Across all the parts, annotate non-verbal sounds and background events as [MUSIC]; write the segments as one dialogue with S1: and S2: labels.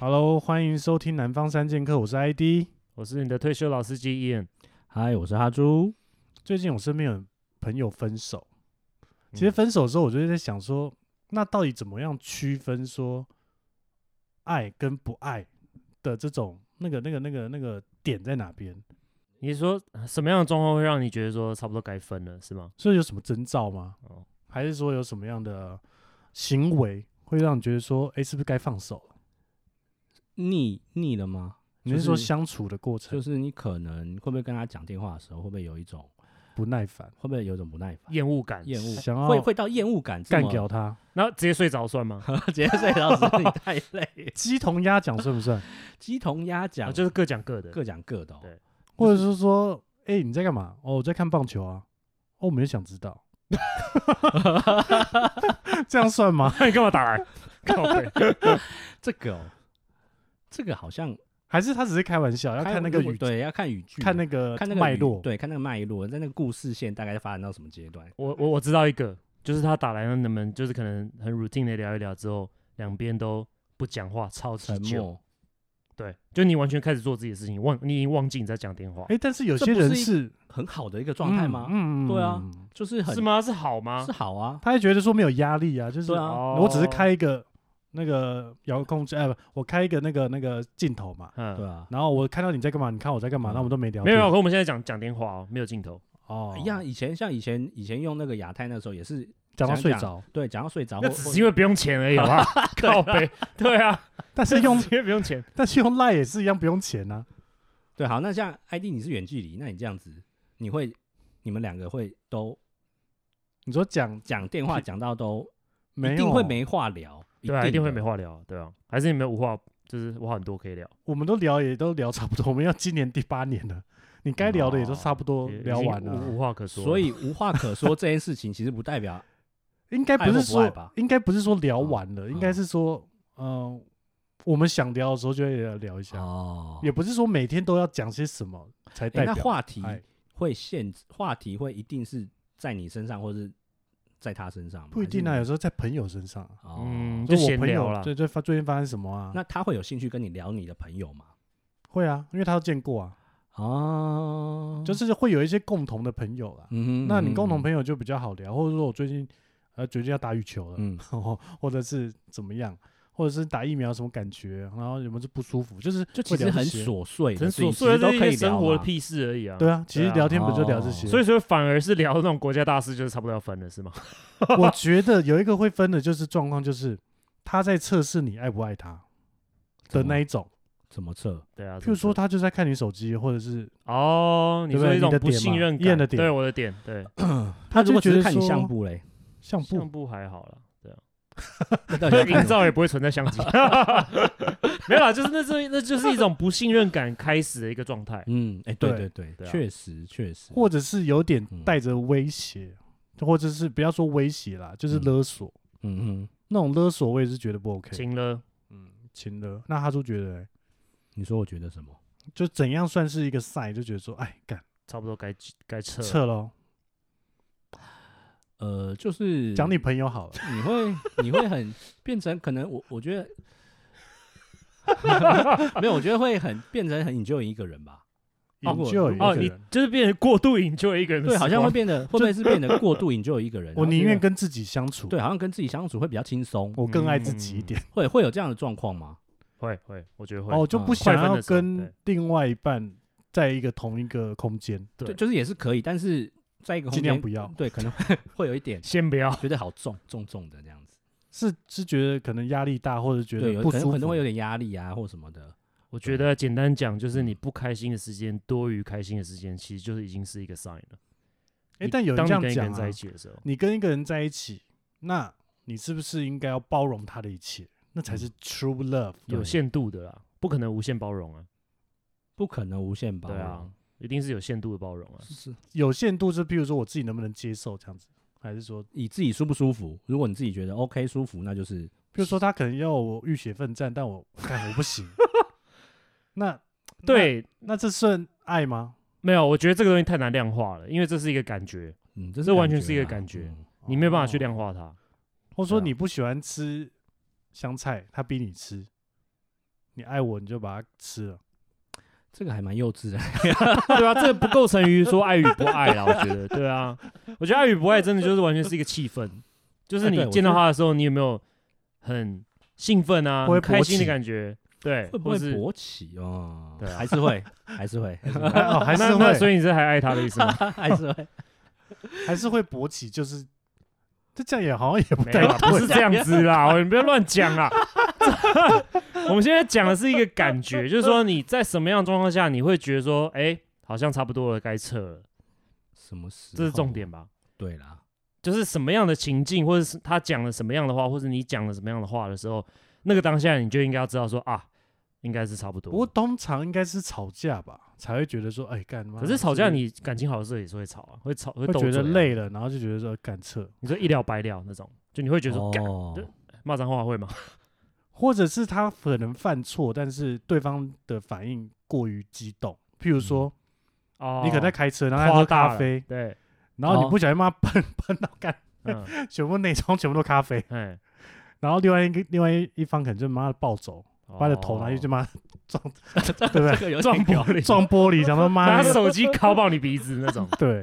S1: Hello，欢迎收听《南方三剑客》，我是 ID。
S2: 我是你的退休老司机 Ian。
S3: 嗨，我是哈猪。
S1: 最近我身边有朋友分手，其
S3: 嗯
S1: 实分手的时候，我就在想说，那到底怎么样区分说爱跟不爱的这种那个、那个、那个、那个点在哪边？
S2: 你是说什么样的状况会让你觉得说差不多该分了，是吗？
S1: 所以有什么征兆吗？
S2: 哦，
S1: 还是说有什么样的行为会让你觉得说，哎，是不是该放手了？
S3: 腻腻了吗？
S1: 你
S3: 就是是
S1: 说相处的过程
S3: 就是你可能会不会跟他讲电话的时候，会不会有一种
S1: 不耐烦，
S3: 会不会有一种不耐烦、
S2: 厌恶感，
S3: 厌恶，
S1: 想要
S3: 会会到厌恶感这
S1: 哦干
S3: 么
S1: 掉，他？
S2: 然后直接睡着算
S3: [LAUGHS]
S2: 吗？
S3: 直接睡着是
S1: [LAUGHS]
S3: 你太累。
S1: 鸡同鸭讲算不算？
S3: 鸡同鸭
S2: 啊
S3: 讲
S2: 就是各讲各的。
S3: 各讲各的、哦
S2: 对，
S1: 或者是说，哎、你在干嘛？哦，我在看棒球啊。哦，我没有想知道， [LAUGHS] 这样算吗？
S2: 那你干嘛打来？靠背
S3: 这个、哦、这个好像
S1: 还是他只是开玩笑？要看那个语，
S3: 对，要看语句，
S1: 看那个
S3: 看那个
S1: 脉
S3: 语
S1: 络。
S3: 对，看那个脉络，在那个故事线大概发展到什么阶段？
S2: 我我我知道一个，就是他打来让你们就是可能很 routine 的聊一聊之后，两边都不讲话，超级
S3: 沉
S2: 久。
S3: 默，
S2: 对，就你完全开始做自己的事情，忘你已经忘记你在讲电话
S1: 哎、，但是有
S3: 这
S1: 些
S3: 不
S1: 人
S3: 是一
S1: 是
S3: 很好的一个状态吗？
S1: 嗯
S3: 对啊，就是很
S2: 是吗？是好吗
S3: 是？好啊，
S1: 他还觉得说没有压力啊，就是、
S3: 对啊
S2: 哦
S1: 我只是开一个那个遥控器，哎、不，我开一个那个那个镜头嘛，
S3: 对
S2: 嗯，
S3: 啊，
S1: 然后我看到你在干嘛，你看我在干嘛，
S3: 嗯
S1: 那我们都没聊
S2: 没有
S1: 天。
S2: 没有，可我们现在讲讲电话哦，没有镜头。
S1: 哦，
S3: 一样。以前像以前以前用那个亚太那时候也是，
S1: 讲到
S3: 讲
S1: 睡
S3: 讲
S1: 着，
S3: 对，讲到睡着，
S2: 那
S3: 或
S2: 只
S3: 或
S2: 是因为不用钱而已，好 [LAUGHS] 不好？靠背，对啊，
S1: 但是用
S2: 因为不用钱。
S1: 但是用赖也是一样不用钱啊。
S3: 对，好，那像 ID 你是远距离，那你这样子，你会你们两个会都
S1: 你说讲
S3: 讲电话讲到都
S1: 没有啊
S3: 一定会没话聊，
S2: 对啊，一定会
S3: 的
S2: 没。话聊，对啊，还是你们有无话，就是我很多可以聊，
S1: 我们都聊也都聊差不多，我们要今年第八年了， [LAUGHS] 你该聊
S3: 哦
S1: 的也都差不多
S2: 也已
S1: 聊
S2: 经
S1: 完了啊
S2: 无，无话可说了，
S3: 所以无话可说这件事情，其实不代表
S1: 应该不是
S3: 爱或不爱
S1: 说
S3: 吧
S1: 应该不是说聊完了，
S3: 嗯
S1: 应该是说嗯，我们想聊的时候就会聊一下，
S3: 哦
S1: 也不是说每天都要讲些什么才代
S3: 诶
S1: 表
S3: 那话题
S1: 哎
S3: 会限制，话题会一定是在你身上，或是在他身上吗？
S1: 不一定啊，
S3: 还
S1: 有
S3: 是
S1: 时候在朋友身上啊，
S3: 你。哦
S2: 嗯，
S1: 就
S2: 就
S1: 我
S2: 闲
S1: 朋
S2: 聊
S1: 友
S2: 啦。
S1: 对对，发最近发生什么啊？
S3: 那他会有兴趣跟你聊你的朋友吗？
S1: 会啊，因为他都见过啊，
S3: 哦，
S1: 就是会有一些共同的朋友啦。
S3: 嗯哼，
S1: 那你共同
S3: 友，
S1: 朋友就比较好聊，或者说我最近呃决定要打羽球了，
S3: 嗯，
S1: 哦，或者是怎么样，或者是打疫苗什么感觉，然后有没有是不舒服，就是会
S3: 就其
S1: 聊
S3: 实
S1: 这
S3: 很
S1: 些。
S3: 琐碎的
S2: 很
S3: 事情，
S2: 琐
S3: 其
S2: 碎，
S3: 实
S2: 这
S3: 都
S2: 是一
S3: 可
S2: 些
S3: 以
S2: 生
S3: 聊
S2: 活
S3: 嘛
S2: 的屁事而已啊。
S1: 对啊，其实
S2: 对啊
S1: 聊天不就聊
S3: 哦
S1: 这些？
S2: 所以说反而是聊那种国家大事，就是差不多要分了，是吗？
S1: [LAUGHS] 我觉得有一个会分的就是状况，就是他在测试你爱不爱他的
S3: 怎么
S1: 那一种。
S3: 怎么测？
S2: 对啊，
S1: 譬如说，
S2: 他
S1: 他就在看你手机，或者是
S2: 哦，你
S1: 对不
S2: 说
S1: 对
S2: 一
S1: 你
S2: 种
S1: 的
S2: 不
S1: 点嘛
S2: 信任
S1: 验
S2: 感
S1: 的点
S2: 对我的点，对，
S3: 他如
S1: 就
S3: 果
S1: 觉
S3: 只是
S1: 得
S3: 看你
S1: 说
S3: 相簿嘞，
S1: 相
S2: 相
S1: 簿，
S2: 簿还好了，对啊，
S3: 那到底要 [LAUGHS] 看
S2: 营
S3: 什么
S2: 造也不会存在相机， [LAUGHS] 没有啦，就是那是那就是一种不信任感开始的一个状态，
S3: 嗯，哎，
S1: 对
S3: 对对对
S2: 对，啊
S3: 确实确实，
S1: 或者是有点
S3: 嗯
S1: 带着威胁，或者是不要说威胁啦，就是
S3: 嗯
S1: 勒索。
S3: 嗯哼，
S1: 那种勒索我也是觉得不 OK，
S2: 亲了。
S1: 嗯，情勒。那他就觉得、哎
S3: 你说我觉得什么？
S1: 就怎样算是一个赛，就觉得说，哎，干
S2: 差不多该该撤了。
S1: 撤喽，
S3: 呃，
S2: 嗯
S3: 就是
S1: 讲你朋友好了。
S3: 你会你会很变成可能我我觉 [LAUGHS] 得没有，我觉得会很变成很引咎一个人吧。
S1: 引
S3: 哦
S1: 咎
S2: 哦，你就是变成过度引咎一个人的
S3: 对，
S2: 时光，
S3: 好像会变得会不会是变得过度引咎一个 [LAUGHS] 人？
S1: 我
S3: 然后
S1: 宁
S3: 觉
S1: 愿
S3: 得
S1: 跟自己相处，
S3: 对，好像跟自己相处会比较轻松，
S1: 我更爱自己一点。
S3: 会会有这样的状况吗？
S2: 会会，我觉得嗯会。嗯
S1: 哦，就不想
S2: 快分
S1: 要
S2: 的时候
S1: 跟
S2: 对
S1: 另外一半在一个同一个空间。
S2: 对
S3: 对，就是也是可以，但是在一个空
S1: 尽量
S3: 间
S1: 不要
S3: 对，可能会会有一点
S2: 先不要，
S3: 觉得好重重重的这样子。
S1: 是是觉得可能压力大，或者觉
S3: 对，
S1: 得
S3: 有
S1: 不
S3: 可
S1: 舒服，
S3: 能可能会有点压力啊，或什么的。
S2: 我觉得简单讲就是你不开心的时间多于开心的时间，其实就是已经是一个 sign 了。
S1: 哎、
S2: 你
S1: 但有人
S2: 当
S1: 这
S2: 你
S1: 样
S2: 跟一个
S1: 讲、
S2: 人在
S1: 啊
S2: 一，起的时候，
S1: 你跟一个人在一起，那你是不是应该要包容他的一切？那才
S2: 嗯
S1: 是 true love。
S2: 有
S3: 对
S2: 限度的啦，不可能无限包容啊，
S3: 不可能无限包
S2: 对啊
S3: 容，，
S2: 一定是有限度的包容啊。
S3: 是
S1: 有限度是，譬如说我自己能不能接受这样子，还是说，譬
S3: 你自己舒不舒服？如果你自己觉得 OK 舒服，那就是
S1: 如说他可能要我浴血奋战，但我看我不
S2: [LAUGHS]
S1: 行，那
S2: 对，
S1: 那这算爱吗？
S2: 没有，我觉得这个东西太难量化了，因为这是一个感觉，
S3: 嗯，这
S2: 这
S3: 是
S2: 完
S3: 感
S2: 全
S3: 觉
S2: 是一个
S3: 啦
S2: 感觉
S3: 嗯
S2: 你没有办法去
S1: 哦
S2: 量化它。
S1: 或者说
S2: 对啊
S1: 你不喜欢吃香菜，他逼你吃，你爱我你就把它吃
S2: [LAUGHS]
S1: 了。
S3: 这个还蛮幼稚的。
S2: 对啊，这不构成于说爱与不爱啦，我觉得，对啊，我觉得爱与不爱真的就是完全是一个气氛，就是
S3: 哎
S2: 你
S3: 对我
S2: 见到
S3: 觉得
S2: 他的时候，你有没有很兴奋啊，
S1: 会
S2: 很
S1: 不会勃
S2: 开心的
S1: 起
S2: 感觉？对，
S3: 会不
S2: 或
S3: 会
S2: 是
S3: 勃起哦？
S2: 对啊哎
S3: 还是
S2: [LAUGHS]
S3: 会，还是会，
S1: 哦，还是
S2: 那那所
S1: 会，
S2: 以你是还爱他的意思吗？
S3: 还
S2: [LAUGHS]
S3: 是会。
S1: 还是会勃起，就是这这样也好像也不
S2: 没
S1: 太
S2: 有啦，不是这样子啦，你不要乱讲啦。 [LAUGHS] 我们现在讲的是一个感觉，就是说你在什么样的状况下，你会觉得说，哎、好像差不多了，该撤了，
S3: 什么时？
S2: 这是重。点吧？
S3: 对啦，
S2: 就是什么样的情境，或者是他讲了什么样的话，或者你讲了什么样的话的时候，那个当下你就应该要知道说啊，应该是差不
S1: 不过
S2: 多。
S1: 通常应该是吵架吧，才会觉得说，哎，干嘛？
S2: 可是吵架你感情好的时候也是会吵啊，会吵会
S1: 会
S2: 斗
S1: 觉得
S2: 嘴啊，
S1: 累了，然后就觉得说哎干撤，
S2: 你说一了百了那种，就你会觉得说，干
S3: 哦
S2: 对骂脏话会吗？
S1: 或者是他可能犯错，但是对方的反应过于激动，譬如说 [LAUGHS]
S2: 哦，
S1: 你可能在开车，然后在
S2: 夸
S1: 喝
S2: 大
S1: 咖
S2: 了
S1: 啡，
S2: 对，
S1: 然后
S3: 哦
S1: 你不小心骂喷 [LAUGHS] 喷到干，
S2: 嗯， [LAUGHS]
S1: 全部内装全部都咖啡，
S2: 哎，
S1: 然后另外一个另外一一方可能就妈的暴走，把你的头拿去
S2: 哦
S1: 就妈的 [LAUGHS] 撞，
S2: [LAUGHS]
S1: 对不对？
S3: 这个有
S2: 撞
S3: 点
S2: 玻璃，
S1: 撞玻璃，想说妈
S2: 拿
S1: 的，。
S2: 手机敲爆你鼻子那种
S1: [LAUGHS] 对，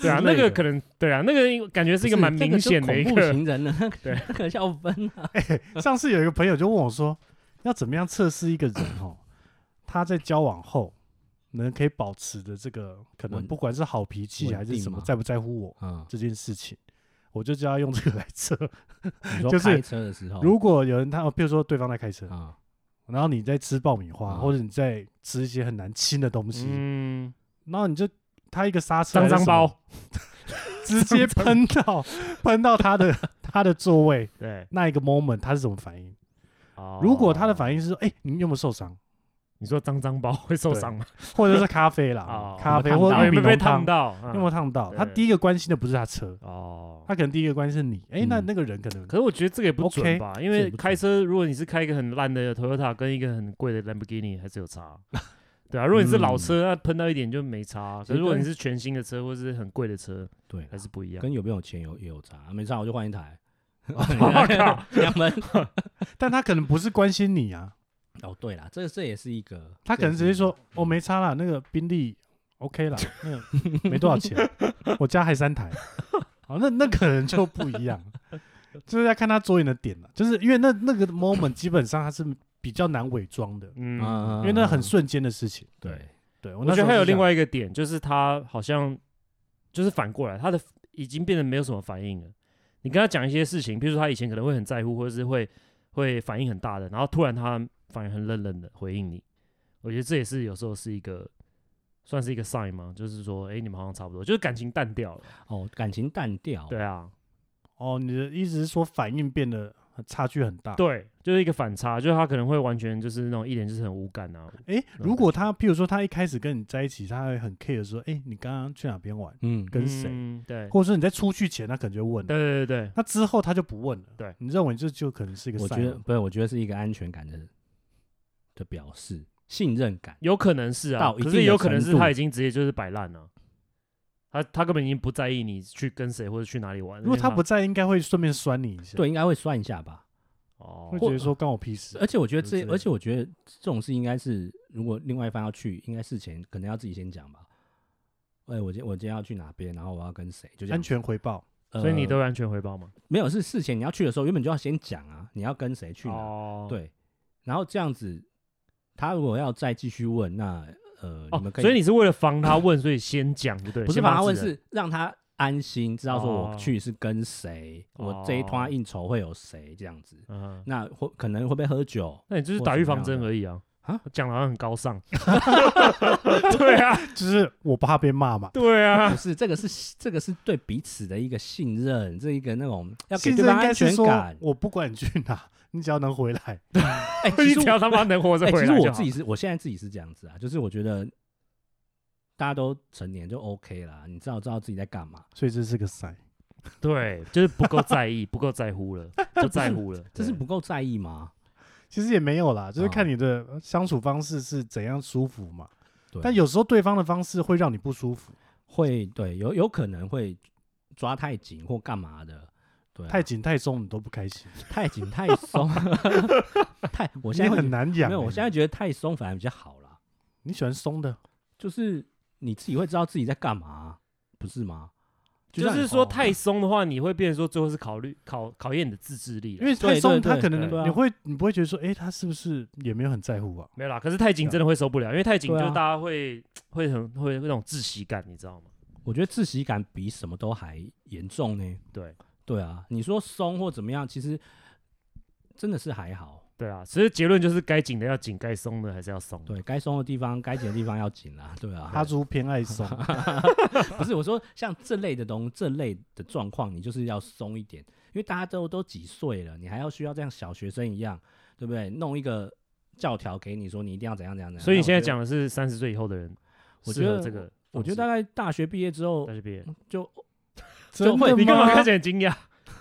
S2: 对啊，
S1: 之
S2: 那
S1: 类
S2: 个
S1: 的
S2: 可能对啊，那个感觉是一个
S3: 不
S2: 蛮
S3: 这
S2: 明
S3: 就
S2: 显的一
S3: 恐怖
S2: 个
S3: 情人了，那个
S2: 对
S3: [LAUGHS] 那个要
S2: [LAUGHS]
S3: 分啊。
S1: 上次有一个朋友就问我说，要怎么样测试一个人哦，他在交往后能可以保持的这个，可能
S3: 稳
S1: 不管是好脾气
S3: 稳
S1: 还是
S3: 定
S1: 什么，
S3: 吗
S1: 在不在乎我
S3: 嗯，
S1: 这件事情，我就叫他用这个来测。
S2: 哦
S3: 你说
S1: 就是
S3: 开车的时候，
S1: 如果有人他，哦譬如说对方在开车，
S3: 啊，
S1: 然后你在吃爆米花，
S3: 嗯
S1: 或者你在吃一些很难清的东西，
S2: 啊嗯，
S1: 然后你就他一个刹车，
S2: 脏脏包，，
S1: 直接喷到喷到他的他的座位
S2: 对。
S1: 那一个 moment，他是什么反应？如果他的反
S2: 应，
S1: 应是说，哎、你有没有受伤？
S2: 你说脏脏包会受
S1: 对
S2: 伤吗？
S1: 或者是咖啡啦
S2: 哦，
S1: 咖啡
S3: 有没
S1: 或
S3: 有
S1: 者是米
S2: 有没有
S3: 烫到
S2: 被
S1: 浓
S2: 烫
S1: 汤，
S2: 到？
S1: 有没有烫到？
S2: 对
S1: 他第一个关心的不是他车，
S2: 哦
S1: 他可能第一个关心是你。哎，那
S3: 嗯
S1: 那个人可能
S2: 可是我觉得这个也不准
S1: OK，
S2: 吧，因
S1: 这
S2: 为
S1: 也不准
S2: 开车，如果你是开一个很烂的 Toyota 跟一个很贵的 Lamborghini，还是有差。对啊，如果你是
S1: 嗯
S2: 老车，那喷到一点就没差。啊可
S3: 其
S2: 是
S3: 实
S2: 如果你
S3: 跟
S2: 是全新的车或是很贵的车，
S3: 对啦，
S2: 还是不一样。
S3: 跟有没有钱有也有差，没差我就换
S2: [LAUGHS]
S3: 一台。
S2: 靠
S3: [LAUGHS] 两门
S1: 但他可能不是关心你啊，
S3: 哦，对啦，这这也是一个，
S1: 他可能直
S3: 这
S1: 接
S3: 也是一
S1: 说
S3: 个，
S1: 哦，没差啦，那个宾利 OK 啦，那个没多少
S2: [LAUGHS]
S1: 钱，我家还三台。好，那那可能就不一样，就是要看他着眼的点了，就是因为那那个 moment 基本上他是比较难伪装的，
S2: 嗯，
S3: 嗯，
S1: 因为那很瞬间的事情。
S3: 对，
S1: 对我
S2: 我
S1: 那时
S2: 觉得
S1: 候
S2: 还有
S1: 是这
S2: 另
S1: 样
S2: 外一个点，就是他好像就是反过来，他的已经变得没有什么反应了。你跟他讲一些事情，比如说他以前可能会很在乎，或者是会会反应很大的，然后突然他反而很冷冷的回应你。我觉得这也是有时候是一个算是一个 sign 吗？就是说，哎、你们好像差不多，就是感情淡掉了。
S3: 哦，感情淡掉，
S2: 对啊，
S1: 哦，你的意思是说反应变得呃差距很大？
S2: 对，就是一个反差，就是他可能会完全就是那种一脸就是很无感啊。
S1: 诶，
S2: 那
S1: 如
S2: 种
S1: 果他，譬如说他一开始跟你在一起，他会很 care 说，诶，你刚刚去哪边玩，
S3: 嗯，
S1: 跟谁，
S2: 嗯对，
S1: 或者说你在出去前，他可能就问了，
S2: 对对对对，
S1: 那之后他就不问了。
S2: 对
S1: 你认为这就可能是一个
S3: 我
S1: sign
S3: 觉得
S1: 吗
S3: 不是，我觉得是一个安全感的的表示，信任感。
S2: 有可能是啊，
S3: 到
S2: 可
S3: 一定
S2: 是
S3: 的
S2: 有可能
S3: 程
S2: 是
S3: 度
S2: 他已经直接就是摆烂了，他他根本已经不在意你去跟谁或者去哪里玩。
S1: 如果
S2: 因为
S1: 他不在，应该会顺便酸你一下，，
S3: 对，应该会算一下吧。
S2: 哦
S1: 会，觉得说关我屁事。
S3: 而且我觉得
S1: 之类
S3: 这，
S1: 的
S3: 而且我觉得这种事应该是，如果另外一方要去，应该事前可能要自己先讲吧。哎，我今我今天要去哪边，然后我要跟谁，就这样
S1: 安。全回报，
S3: 呃
S2: 所以你都有安全回报吗？
S3: 没有是事前你要去的时候，原本就要先讲啊，你要跟谁去哪，
S2: 哦，
S3: 对。然后这样子，他如果要再继续问，那呃，
S2: 哦
S3: 你们，可以，
S2: 所以你是为了防他问，所以先讲，对了，
S3: 不是
S2: 先
S3: 把他
S2: 防
S3: 问，
S2: 止人
S3: 是让他安心知道说我
S2: 哦
S3: 去是跟谁，我这一团应酬会有谁这样子。
S2: 嗯，
S3: 那会可能会不会喝酒？
S2: 那你就是
S3: 或
S2: 打
S3: 什
S2: 预
S3: 么
S2: 防
S3: 样
S2: 针
S3: 的
S2: 而已啊。
S3: 啊，
S2: 讲的好像很高
S3: [LAUGHS]
S2: 尚，对啊，
S1: 就是我怕被骂嘛，
S2: 对啊
S3: 不，是，这个是这个是对彼此的一个信任，这一个那种要给
S1: 信
S3: 对
S1: 任应
S3: 方
S1: 该
S3: 安
S1: 是
S3: 全
S1: 说
S3: 感，。
S1: 我不管你去哪，你只要能回
S3: [LAUGHS]
S1: 来，
S3: 哎， [LAUGHS] 其
S2: 你
S3: 实
S2: 只要他妈能活着
S3: 哎，
S2: 回来
S3: 其
S2: 就
S3: 实
S2: 好。
S3: 我自己是，我现在自己是这样子啊，就是我觉得大家都成年就 OK 啦，你至少知道自己在干嘛，
S1: 所以这是个 sign。
S2: 对，就是不够在意，不够在乎了，不在乎了，
S3: [LAUGHS] 这是
S2: 对
S3: 不够在意吗？
S1: 其实也没有啦，就是
S3: 哦
S1: 看你的相处方式是怎样舒服嘛。
S3: 对
S1: 但有时候对方的方式会让你不舒服，
S3: 会对，有有可能会抓太紧或干嘛的，对啊、
S1: 太紧太松你都不开心，
S3: 太紧太松， [LAUGHS] 太我现
S1: 你
S3: 在会
S1: 很难养欸。
S3: 没有，我现在觉得太松反而比较好啦，
S1: 你喜欢松的，
S3: 就是你自己会知道自己在干嘛啊，不是吗？
S2: 就
S3: 像
S2: 是
S3: 你
S2: 说
S3: 哦
S2: 太松的话，你会变成说最后是考虑考考验你的自制力啦，
S1: 因为太
S3: 对
S1: 松，
S3: 对
S1: 他
S3: 对
S1: 可能
S2: 对
S3: 啊
S1: 你会你不会觉得说，哎，他是不是也没有很在乎啊？
S2: 没有啦。可是太紧真的会受不了，因为太紧就
S3: 对啊
S2: 大家会会很会有那种窒息感，你知道吗？
S3: 我觉得窒息感比什么都还严重呢。
S2: 对
S3: 对啊，你说松或怎么样，其实真的是还好。
S2: 对啊，其实结论就是该紧的要紧，该松的还是要松。
S3: 对该松的地方，该紧的地方要紧啦。对啊，
S1: 哈猪偏爱
S3: [LAUGHS]
S1: 松，
S3: 不是我说像这类的东这类的状况，你就是要松一点，因为大家都都几岁了，你还要需要这样小学生一样，对不对？弄一个教条给你说你一定要怎样怎样怎样。
S2: 所以你现在
S3: 那
S2: 讲的是三十岁以后的人，
S3: 我
S2: 适
S3: 觉
S2: 合
S3: 得
S2: 这个方式，
S3: 我觉得，我觉得大概大学毕业之后
S2: 但是别
S1: [LAUGHS]
S3: 就
S1: 真
S3: 会
S1: 的
S2: 你干嘛
S1: 吗
S2: 看起来很惊讶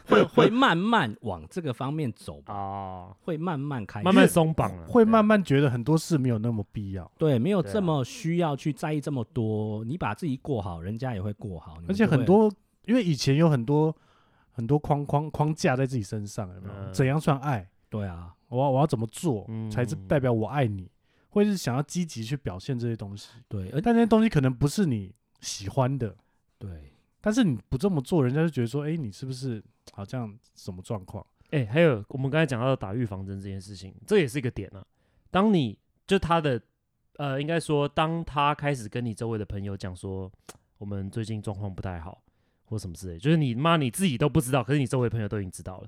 S3: 会
S2: [LAUGHS]
S3: 会慢慢往这个方面走吧，
S2: 哦，
S3: 会慢慢开始，
S2: 慢慢松绑了，
S1: 会慢慢觉得很多事没有那么必要，
S3: 对，没有
S2: 对
S3: 这
S2: 啊
S3: 么需要去在意这么多，你把自己过好，人家也会过好。你们
S1: 而且
S3: 就会
S1: 很多因为以前有很多很多框框框架在自己身上，有没有？
S2: 嗯
S1: 怎样算爱？
S3: 对啊，
S1: 我要我要怎么做才是
S2: 嗯
S1: 代表我爱你？或者是想要积极去表现这些东西，
S3: 对，而
S1: 但那些东西可能不是你喜欢的，
S3: 对
S1: 但是你不这么做，人家就觉得说，哎、你是不是好像什么状况？
S2: 哎、还有我们刚才讲到的打预防针这件事情，这也是一个点啊。当你就他的呃，应该说，当他开始跟你周围的朋友讲说，我们最近状况不太好，或什么之类，就是你妈你自己都不知道，可是你周围朋友都已经知道了，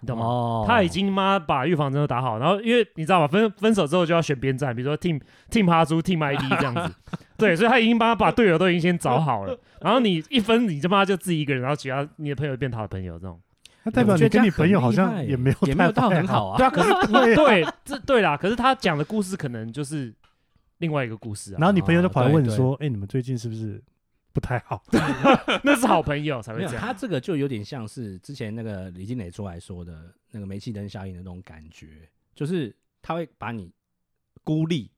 S2: 你懂吗？
S3: 哦
S2: 他已经妈把预防针都打好，然后因为你知道吧，分分手之后就要选边站，比如说 team team 哈猪 team ID 这样子，对，所以他已经帮他把队友都已经先找好了，然后你一分你他妈就自己一个人，然后其他你的朋友变他的朋友这种，
S1: 那代表
S3: 我觉
S1: 你
S3: 得
S1: 跟
S3: 这样
S1: 你朋友
S3: 很
S1: 好
S3: 厉
S1: 像
S3: 害
S1: 也没有
S3: 也没有
S1: 太
S3: 到很好啊
S1: 对啊，可是
S3: [LAUGHS]
S1: 对啊，
S2: 对，这对啦。可是他讲的故事可能就是另外一个故事啊，
S1: 然后你朋友就跑来问你
S3: 对对
S1: 说，哎、你们最近是不是不太好？
S2: 那是好朋友才会
S3: 没有，
S2: 这样。
S3: 他这个就有点像是之前那个李金磊出来说的那个煤气灯效应的那种感觉，就是他会把你孤立，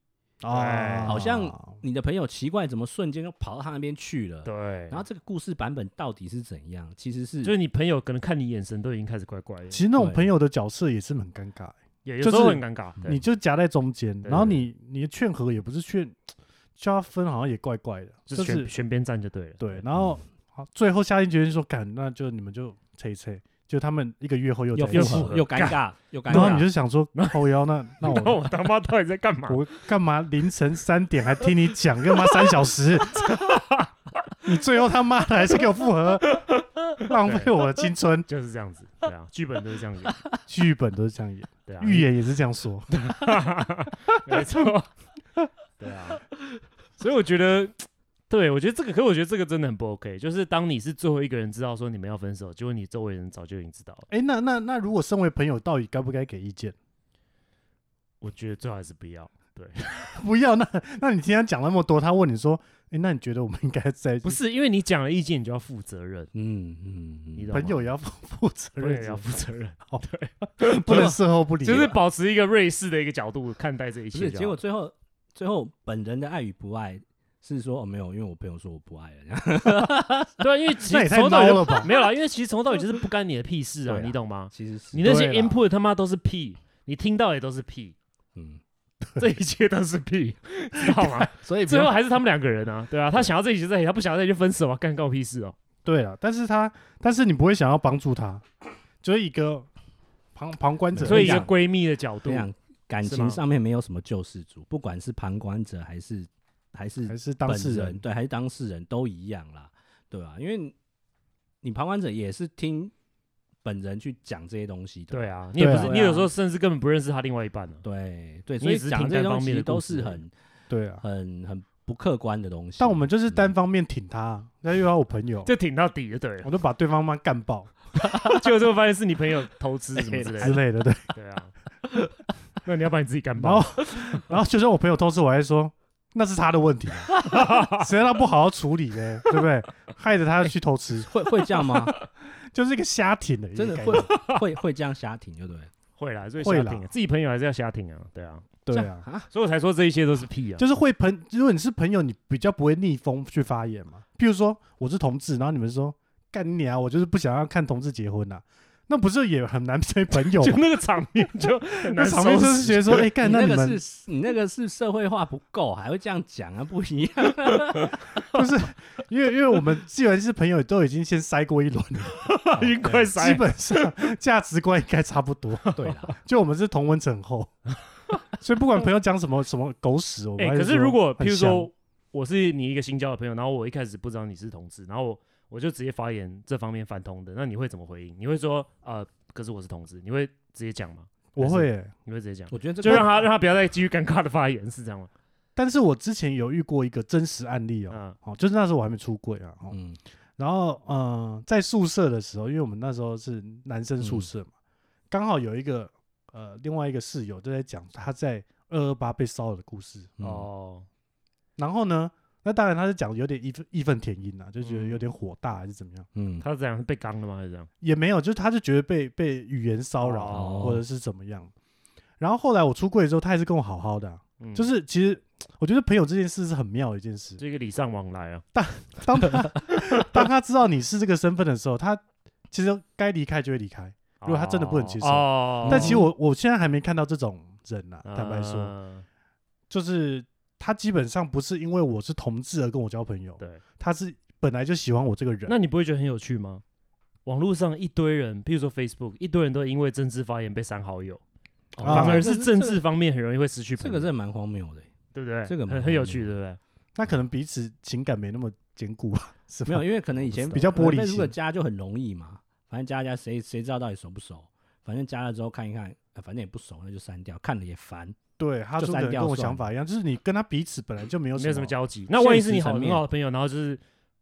S1: 哦，
S3: 好像你的朋友奇怪怎么瞬间就跑到他那边去了。
S2: 对，
S3: 然后这个故事版本到底是怎样？其实是
S2: 就是你朋友可能看你眼神都已经开始怪怪的，
S1: 其实那种
S3: 对
S1: 朋友的角色也是很尴尬、
S2: 也有
S1: 就
S2: 时候
S1: 是
S2: 很尴尬。对
S1: 你就夹在中间，
S2: 对
S1: 然后
S2: 对
S1: 你你的劝和也不是劝，叫他分好像也怪怪的，
S2: 就
S1: 就是
S2: 选
S1: 是
S2: 选边站就对了。嗯
S1: 对，然后好最后下定决心说，干，那就你们就切一切，就他们一个月后又
S3: 又
S1: 在一
S2: 又
S1: 起
S2: 复
S3: 合
S2: 合
S3: 又尴尬又尴
S1: 然后你
S3: 尬，
S1: 就想说，靠腰那那
S2: 那
S1: 我
S2: 我他妈到底在干嘛？
S1: 我干嘛凌晨三点还听你讲，干嘛三小时？ [LAUGHS] 你最后他妈的还是给我复合，浪费我的青春。
S2: 就是这样子，对啊，剧本都是这样演，
S1: 剧本都是这样演，
S2: [LAUGHS] 对啊，
S1: 预言也是这样说。
S2: [LAUGHS] 没错，对啊，所以我觉得，对我觉得这个，可是我觉得这个真的很不 OK，就是当你是最后一个人知道说你们要分手，结果你周围人早就已经知道了，
S1: 哎，那那那如果身为朋友，到底该不该给意见？
S2: 我觉得最好还是不要。
S1: 不要，那那你今天讲那么多，他问你说，哎，那你觉得我们应该在
S2: 不是因为你讲了意见，你就要负责任，
S3: 嗯嗯嗯，
S2: 你懂吗
S1: [LAUGHS] 朋友也要负负责
S2: 朋友也
S1: 任
S2: 要，负责任，
S1: 不能事后不理。啊
S2: 就是保持一个瑞士的一个角度看待这一
S3: 不
S2: 切
S3: 是，
S2: 就好。
S3: 结果最后最后本人的爱与不爱是说哦没有，因为我朋友说我不爱了，这样
S2: 对啊，因为其
S1: 那
S2: 实
S1: 也太
S2: 从头到尾
S1: 孬
S2: 就
S1: 了吧
S2: [LAUGHS] 没有啦，因为其实从头到尾就是不干你的屁事啊，
S3: 对啊啊
S2: 你懂吗？
S3: 其实是
S2: 你那些
S1: 对啦
S2: input 他妈都是屁，你听到也都是屁，
S3: 嗯，
S2: 这一切都是屁，知道吗？
S3: 所以不
S2: 最后
S3: 用
S2: 还是他们两个人啊，对啊，他想要在一起在一起，他不想要在一起就分手啊，干干我屁事哦。
S1: 对了，但是他但是你不会想要帮助他，就是一个旁旁观者，
S2: 所以一
S3: 这
S2: 个
S3: 样
S2: 闺蜜的角度
S3: 这，样啊感
S2: 是吗
S3: 情上面没有什么救世主，不管是旁观者还是还是
S1: 还是当
S3: 本
S1: 事
S3: 人，
S1: 人
S3: 对，还是当事人都一样啦，对吧、因为你旁观者也是听本人去讲这些东西的，
S2: 对啊，你也不
S1: 对
S2: 是，
S3: 啊哦
S2: 你有时候甚至根本不认识他另外一半啊呢。
S3: 对对，
S2: 你
S3: 所
S2: 也
S3: 以
S2: 只是
S3: 讲
S2: 听
S3: 这些
S2: 单
S3: 东
S2: 方面
S3: 西
S2: 的故
S3: 都
S2: 事
S3: 是
S2: 而已
S3: 很
S1: 对啊。
S3: 很很不客观的东西。
S1: 但我们就是单
S3: 嗯
S1: 方面挺他，那又要我朋友，
S2: 就挺到底就对
S1: [LAUGHS]
S2: 了，
S1: 我都把对方妈干爆
S2: 结果最后发现是你朋友偷吃什么之类
S1: 之
S2: 的，
S1: 类的，对。
S2: 对
S1: [LAUGHS]
S2: 啊。那你要把你自己干
S1: 然
S2: 爆，
S1: 后，然后就算我朋友偷吃，我还说那是他的问题啊，
S2: [LAUGHS]
S1: 谁让他不好好处理呢？对不对？害得他去偷吃，
S3: 会会这样吗？
S1: 就是一个瞎挺的一个
S3: 真
S1: 概
S3: 的
S1: 念，
S3: 会会会这样瞎停，对不对？
S2: 会啦，所以
S1: 会
S2: 瞎
S1: 啦
S2: 挺啊，自己朋友还是要瞎挺啊，对啊，
S1: 对
S3: 这样
S1: 啊，
S3: 啊，
S2: 所以我才说这一切都是屁啊，
S1: 就是会朋。如果你是朋友，你比较不会逆风去发言嘛。譬如说我是同志，然后你们说干你娘，我就是不想要看同志结婚呐、那不是也很难成为朋友
S2: [LAUGHS] 就
S1: 吗？
S2: 那个场
S1: [LAUGHS]
S2: 面就很
S1: 那
S2: 难
S1: 场面
S2: 收
S1: 就是
S2: 拾
S1: 觉得说，哎、干，
S3: 你那
S1: 你
S3: 个
S1: 们
S3: 是你那个是社会化不够，还会这样讲啊，不一样。
S1: 因为因为我们既然是朋友，都已经先筛过一轮了，
S2: 已经快
S1: 基
S2: 塞，
S1: 本上价值观应该差不多。
S3: 对啦，
S1: 就我们是同温层后，所以不管朋友讲什么什么狗屎，我们
S2: 哎、
S1: 还
S2: 可是
S1: 说
S2: 如果譬
S1: 很
S2: 如
S1: 香
S2: 说我是你一个新交的朋友，然后我一开始不知道你是同志，然后我我就直接发言这方面反同的，那你会怎么回应？你会说呃，可是我是同志，你会直接讲吗？
S1: 我会、欸，
S2: 你会直接讲？
S3: 我觉得这
S2: 就
S3: 个
S2: 让他让他不要再继续尴尬的发言，是这样吗？
S1: 但是我之前有遇过一个真实案例哦、
S2: 嗯
S1: 哦，就是那时候我还没出柜啊，哦，
S3: 嗯
S1: 然后嗯、呃在宿舍的时候，因为我们那时候是男生
S2: 嗯
S1: 宿舍嘛，刚、好有一个呃另外一个室友就在讲他在二二八被骚扰的故事，
S3: 嗯
S2: 哦，
S1: 然后呢，那当然他是讲有点义愤义愤填膺啊，就觉得
S2: 嗯
S1: 有点火大还是怎么样，
S3: 嗯，
S2: 他是怎样？是被刚的吗？还是这样？
S1: 也没有，就是他就觉得被被语言骚扰、啊
S2: 哦
S1: 或者是怎么样。然后后来我出柜之后，他还是跟我好好的啊、
S2: 嗯
S1: 就是其实我觉得朋友这件事是很妙的一件事，
S2: 这个礼尚往来啊。
S1: 当他 [LAUGHS] 当他知道你是这个身份的时候，他其实该离开就会离开。如果他真的不能接受
S2: 哦
S1: 但其实我我现在还没看到这种人呐、坦白说，
S2: 嗯
S1: 就是他基本上不是因为我是同志而跟我交朋友，
S2: 对，
S1: 他是本来就喜欢我这个人。
S2: 那你不会觉得很有趣吗？网络上一堆人，譬如说 Facebook，一堆人都因为政治发言被删好友，
S3: 哦
S1: 啊
S2: 反而
S3: 这
S2: 是
S3: 这
S2: 政
S3: 这
S2: 治方面很容易会失去
S3: 这
S2: 朋
S3: 个
S2: 友，
S3: 真的蛮荒谬的欸。
S2: 对不对？
S3: 这个蛮
S2: 很很有趣，
S3: 荒
S2: 对不对？
S1: 那可能彼此情感没那么坚固 [LAUGHS] 吧？是吧
S3: 没有，因为可能以前
S1: 比较玻璃
S3: 那如果
S1: 心
S3: 加就很容易嘛，反正加一加谁谁知道到底熟不熟？反正加了之后看一看，呃反正也不熟，那就删掉，看了也烦。
S1: 对，他
S3: 就
S1: 说可
S3: 删
S1: 能
S3: 掉
S1: 跟我
S3: 算
S1: 想法一样，就是你跟他彼此本来就没有
S2: 没有什么
S1: 么。
S2: 交集。那万一
S3: 现
S2: 是你
S3: 实
S2: 好很
S3: 层面
S2: 好的朋友，然后就是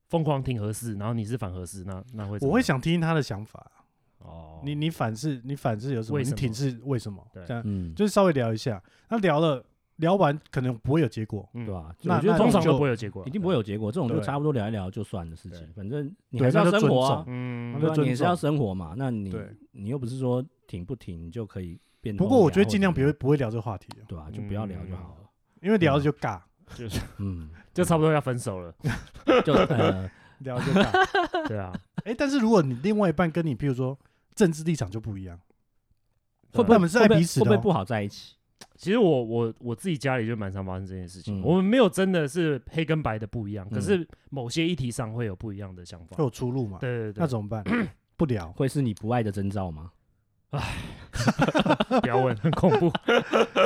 S2: 疯狂挺合适，然后你是反合适，那那会怎
S1: 我
S2: 么
S1: 会
S2: 样
S1: 想听听他的想法，
S2: 哦，
S1: 你你反是你反是有什么？
S2: 为
S1: 你
S2: 什么
S1: 挺是为什么？
S2: 对
S1: 这样
S3: 嗯，
S1: 就是稍微聊一下。那聊了聊完，可能不会有结果。
S2: 嗯
S3: 对吧？
S1: 那
S3: 我觉得
S1: 那
S2: 通
S3: 这种
S2: 常
S1: 就
S2: 都不会有结果，
S3: 一定不会
S2: 有。
S3: 有结果，这种就
S1: 对
S3: 差不多聊一聊就算的事
S2: 对
S3: 情，反正你
S1: 对
S3: 还是要
S1: 那就
S3: 生活
S1: 尊重，
S3: 啊
S2: 嗯，
S1: 那
S3: 对啊，
S1: 就
S3: 你也是要
S1: 尊重
S3: 生活嘛。那你
S1: 对
S3: 你又不是说挺不挺你就可以变通
S1: 不
S3: 聊。
S1: 过我觉得尽量
S3: 或
S1: 别
S3: 者
S1: 会不会聊这个话题了，
S3: 对啊，就不要聊就好了。
S1: 因为聊了就尬，
S2: 就是
S3: 嗯，
S2: 就差不多要分手了，
S3: 就呃，
S1: 聊了就尬。
S2: 对啊，
S1: 哎、但是如果你另外一半跟你，譬如说政治立场就不一样，
S2: 对啊
S3: 会不会
S1: 我们 [LAUGHS] 是爱
S3: 会不会
S1: 彼此的
S3: 会
S1: 哦
S3: 不会不好在一起？
S2: 其实我我我自己家里就蛮常发生这件事情，
S3: 嗯
S2: 我们没有真的是黑跟白的不一样，可
S3: 嗯哦
S2: 是某些议题上会有不一样的想法。
S1: 会有出路嘛？
S2: 对对对，
S1: 那怎么办？不聊，
S3: 会是你不爱的征兆吗？
S2: 不要问，很恐
S3: [LAUGHS]
S2: 怖。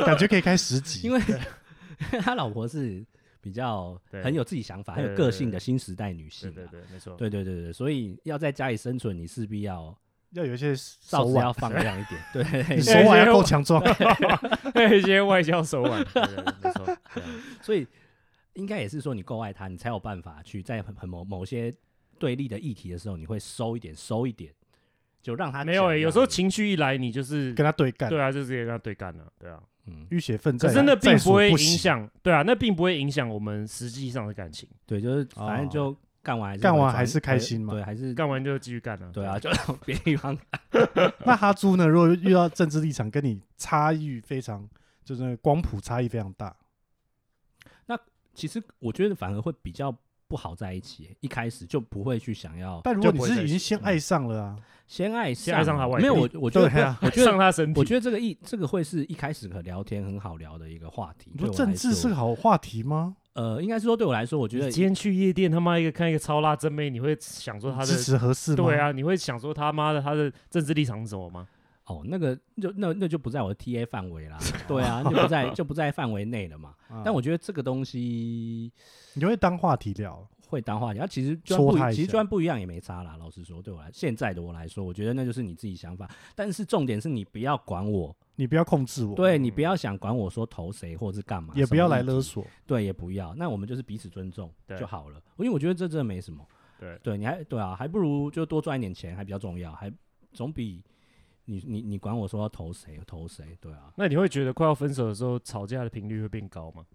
S1: 感觉可以开十集。
S3: 因为 [LAUGHS] 他老婆是比较
S2: 对
S3: 很有自己想法、
S2: 对
S3: 很有个性的新时代女性
S2: 对
S3: 啊、
S2: 对对，没错。 [LAUGHS]
S3: 对对对对所以要在家里生存，你势必要
S1: 要有一些
S3: 稍
S1: 手
S3: 微
S1: 腕
S3: 要，放亮一点。
S2: [LAUGHS]
S3: 对，
S1: 你手腕要够强壮。
S2: 还有一些外交手腕，对对对没错。对啊
S3: 所以应该也是说，你够爱他，你才有办法去在很很某某些对立的议题的时候，你会收一点，收一点，就让他
S2: 没有
S3: 讲
S2: 欸
S3: 让
S2: 有时候
S3: 你
S2: 情绪一来，你就是
S1: 跟他对干，
S2: 对啊，就直接跟他对干了，对啊。
S3: 嗯，
S1: 浴血奋
S2: 可
S1: 战。
S2: 是那并
S1: 在所
S2: 不会影
S1: 惜，
S2: 响，对啊，那并不会影响我们实际上的感情。
S3: 对，就是
S1: 哦
S3: 反正就干完还是
S1: 干
S3: 会
S1: 完
S3: 转
S1: 还是开
S3: 会
S1: 心嘛
S3: 对，还是
S2: 干完就继续干了，
S3: 对啊，就让别地方
S1: 那哈猪呢？如果遇到政治立场跟你差异非常，就是那个光谱差异非常大，
S3: 其实我觉得反而会比较不好在一起，一开始就不会去想要
S1: 但如果
S2: 就
S1: 你
S2: 不会在
S1: 是
S2: 一
S1: 已
S2: 起
S1: 经先爱上了啊，
S3: 先爱
S2: 先爱上他外
S3: 没有我
S2: 表
S3: 我觉
S1: 对
S3: 得会
S1: 啊，
S3: 我觉
S2: 上
S3: 得
S2: 他身体。
S3: 我觉得这个一这个会是一开始可聊天很好聊的一个话题。
S1: 你
S3: 对
S1: 说
S3: 我
S1: 政
S3: 来
S1: 治是
S3: 说
S1: 个好话题吗？
S3: 呃，应该是说对我来说，我觉
S2: 你
S3: 得
S2: 今天去夜店，他妈一个看一个超辣真妹，你会想说他的
S1: 支持合适吗？
S2: 对，啊，你会想说他妈的他的政治立场是什么吗？
S3: 哦，那个就那那就不在我的 TA 范围啦，对啊，就不在就不在范围内了嘛。但我觉得这个东西
S1: 你会当话题聊，
S3: 会当话题，啊它其实就算
S1: 戳
S3: 不
S1: 他
S3: 一
S1: 一
S3: 其实
S1: 下
S3: 就算不一样也没差啦。老实说，对我来现在的我来说，我觉得那就是你自己想法，但是重点是你不要管我，
S1: 你不要控制我，，
S3: 对啊你不要想管我说投谁或是干嘛，
S1: 嗯也不要来勒
S3: 了，
S1: 索。
S3: 对，也不要。那我们就是彼此尊重
S2: 对
S3: 就好了，因为我觉得这真的没什么。
S2: 对
S3: 对，你还对啊，还不如就多赚一点钱，还比较重要，还总比你你你管我说要投谁投谁，对啊，
S2: 那你会觉得快要分手的时候，吵架的频率会变高吗？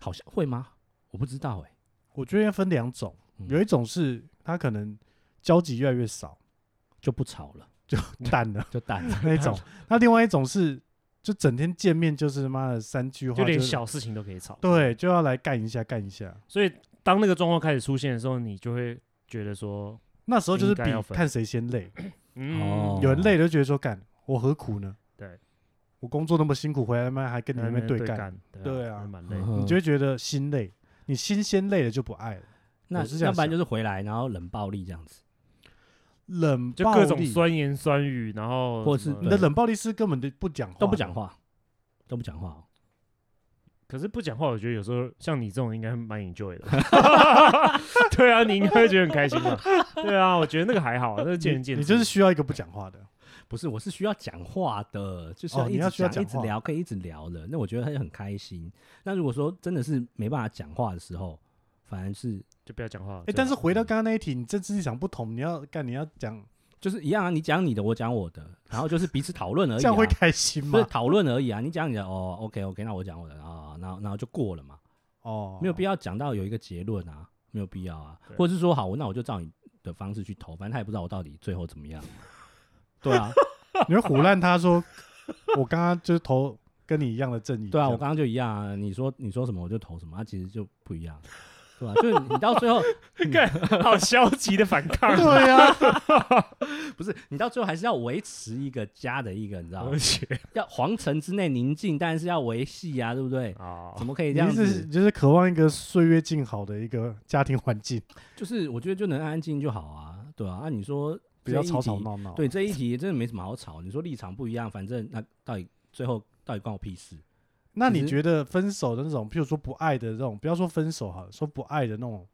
S3: 好像会吗？我不知道哎、
S1: 我觉得要分两种，
S3: 嗯
S1: 有一种是他可能交集越来越少，
S3: 就不吵了，
S1: 淡
S3: [LAUGHS]
S1: 了
S3: 就淡
S1: [LAUGHS]
S3: 了。
S1: 那一种；那另外一种是就整天见面就是妈的三句话，
S2: 就连
S1: 是
S2: 小事情都可以吵。
S1: 对就要来干一下干一下。
S2: 所以当那个状况开始出现的时候，你就会觉得说，
S1: 那时候就是
S2: 应
S1: 比
S2: 该要分
S1: 看谁先累，
S2: 嗯，
S3: 哦
S1: 有人累了就觉得说干我何苦呢？
S2: 对，
S1: 我工作那么辛苦，回来他妈还跟你
S2: 在那
S1: 们
S2: 边
S1: 对干，
S2: 干，
S1: 对
S2: 啊，
S1: 啊
S2: 真的蛮累的。
S3: 嗯
S1: 你就会觉得心累，你心先累了就不爱了，
S3: 那
S1: 我是这
S3: 要
S1: 样
S3: 不然
S1: 想
S3: 就是回来然后冷暴力这样子，
S1: 冷
S2: 就
S1: 暴
S2: 各种
S1: 力，
S2: 酸言酸语，然后
S3: 或
S2: 什
S3: 是
S2: 么
S1: 你的冷暴力是根本就不讲话，
S3: 都不讲，话，都不讲话哦。
S2: 可是不讲话，我觉得有时候像你这种应该蛮
S1: [LAUGHS]
S2: enjoy 的。对啊，你应该会觉得很开心吧？对啊，我觉得那个还好，那是见仁见智。
S1: 你就是需要一个不讲话的，
S3: 不是，我是需要讲话的，就是
S1: 哦
S3: 要
S1: 你
S3: 一直
S1: 要需要讲
S3: 讲、一直
S1: 话
S3: 聊，可以一直聊的。那我觉得他就很开心。那如果说真的是没办法讲话的时候，反而是
S2: 就不要讲话了。啊
S1: 哎，但是
S3: 啊
S1: 回到刚刚那一题，你政治立场不同，你要干你要讲，
S3: 就是一样啊，你讲你的，我讲我的，然后就是彼此讨论而已、
S1: [LAUGHS]
S3: 啊。
S1: 这样会开心
S3: 不是
S1: 吗？
S3: 讨论而已啊，你讲你的哦，OK OK，那我讲我的啊，然后然后就过了嘛，
S1: 哦，
S3: 没有必要讲到有一个结论啊，没有必要啊，
S2: 对
S3: 或者是说好，那我就照你的方式去投，反正他也不知道我到底最后怎么样，对啊，
S1: 你会唬烂他说， [LAUGHS] 我刚刚就是投跟你一样的正义，
S3: 对
S1: 这
S3: 啊，
S1: 样。
S3: 我刚刚就一样啊，你说你说什么我就投什么，啊，其实就不一样，对吧、就是你到最后
S2: [LAUGHS] 看，好消极的反
S1: [LAUGHS]
S2: 抗
S1: 对啊
S3: [LAUGHS]
S1: 呀，
S3: 不是你到最后还是要维持一个家的一个，你知道吗
S2: [LAUGHS]
S1: 嗯
S2: 而？且
S3: [LAUGHS] 要皇城之内宁静，但是要维系啊，对不对？
S2: 啊，
S1: 哦
S3: 怎么可以这样
S1: 你是
S3: 子？
S1: 就是渴望一个岁月静好的一个家庭环
S3: [LAUGHS]
S1: 境，
S3: 就是我觉得就能安安静静就好啊，对啊，啊你说
S1: 不要
S3: 这一
S1: 吵吵
S3: 题
S1: 闹闹。
S3: 对这一题真的没什么好吵，你说立场不一样，反正那到底最后到底关我屁事？
S1: 那
S3: 其
S1: 你
S3: 实
S1: 觉得分手的那种，譬如说不爱的这种，不要说分手好了，说不爱的那种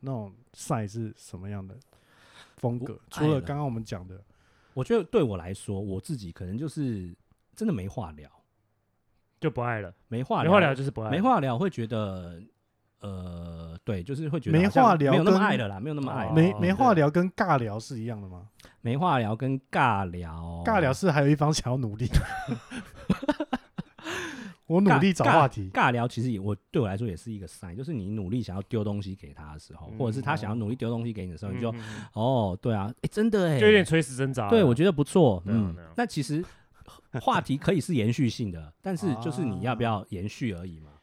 S1: 那种赛是什么样的风
S3: 不
S1: 格？
S3: 爱
S1: 除了
S3: 了
S1: 刚刚我们讲的，
S3: 我觉得对我来说，我自己可能就是真的没话聊，
S2: 就不爱了？
S3: 没话
S2: 没话聊就是不爱，
S3: 没话聊，会觉得呃，对，就是会觉得
S1: 没
S3: 好像
S1: 话聊
S3: 没有那么
S1: 跟
S3: 爱了啦，没有那么爱了，
S2: 哦
S1: 没没话
S3: 对
S1: 聊跟尬聊是一样的吗？
S3: 没话聊跟尬聊，
S1: 尬聊是还有一方想要努力， [LAUGHS] 我努
S3: 尬
S1: 力找
S3: 尬
S1: 话题。
S3: 尬聊其实也我对我来说也是一个 sign，就是你努力想要丢东西给他的时候，
S2: 嗯
S3: 或者是他想要努力丢东西给你的时候，
S2: 嗯，
S3: 你就
S2: 嗯嗯
S3: 哦，对啊，哎，真的哎，
S2: 就有点垂死挣扎了。
S3: 对，我觉得不错。
S2: 对啊
S3: 嗯
S2: 对啊，
S3: 那其实话题可以是延续性的， [LAUGHS] 但是就是你要不要延续而已嘛。
S2: 哦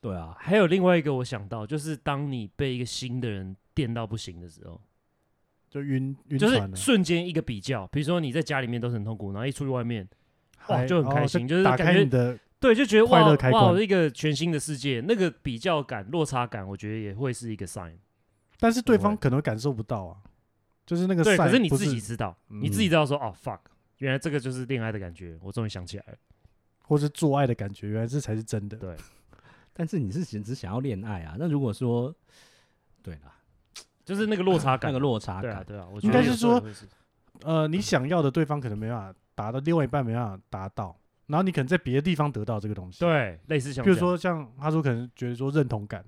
S3: 对啊，
S2: 还有另外一个我想到，就是当你被一个新的人电到不行的时候，
S1: 就晕晕
S2: 就是
S1: 船了，
S2: 瞬间一个比较，比如说你在家里面都是很痛苦，然后一出去外面，哇
S1: 还
S2: 就很
S1: 哦
S2: 开心就是
S1: 打
S2: 感
S1: 开
S2: 觉
S1: 你的
S2: 对，就觉得
S1: 快
S2: 哇
S1: 乐开关
S2: 哇，一个全新的世界，那个比较感、落差感，我觉得也会是一个 sign。
S1: 但是对
S2: 会
S1: 方可能感受不到啊，就是那个
S2: 对，
S1: 赛
S2: 可是你
S1: 不
S2: 自己知道，
S1: 嗯
S2: 你自己知道说哦 fuck，原来这个就是恋爱的感觉，我终于想起来了。
S1: 或是做爱的感觉，原来这才是真的。
S2: 对
S3: 但是你是只只想要恋爱啊？那如果说，对啦，
S2: 就是那个落差感，
S3: 那个落差
S2: 对啊
S3: 感，
S2: 对啊，我
S1: 应
S2: 觉得
S1: 该
S2: 有
S1: 是
S2: 时候
S1: 说
S2: 也会是
S1: 呃，你想要的对方可能没办法达到，另外一半没办法达到，然后你可能在别的地方得到这个东西。，
S2: 对，类似像
S1: 比如
S2: 这样
S1: 说像他说，可能觉得说认同感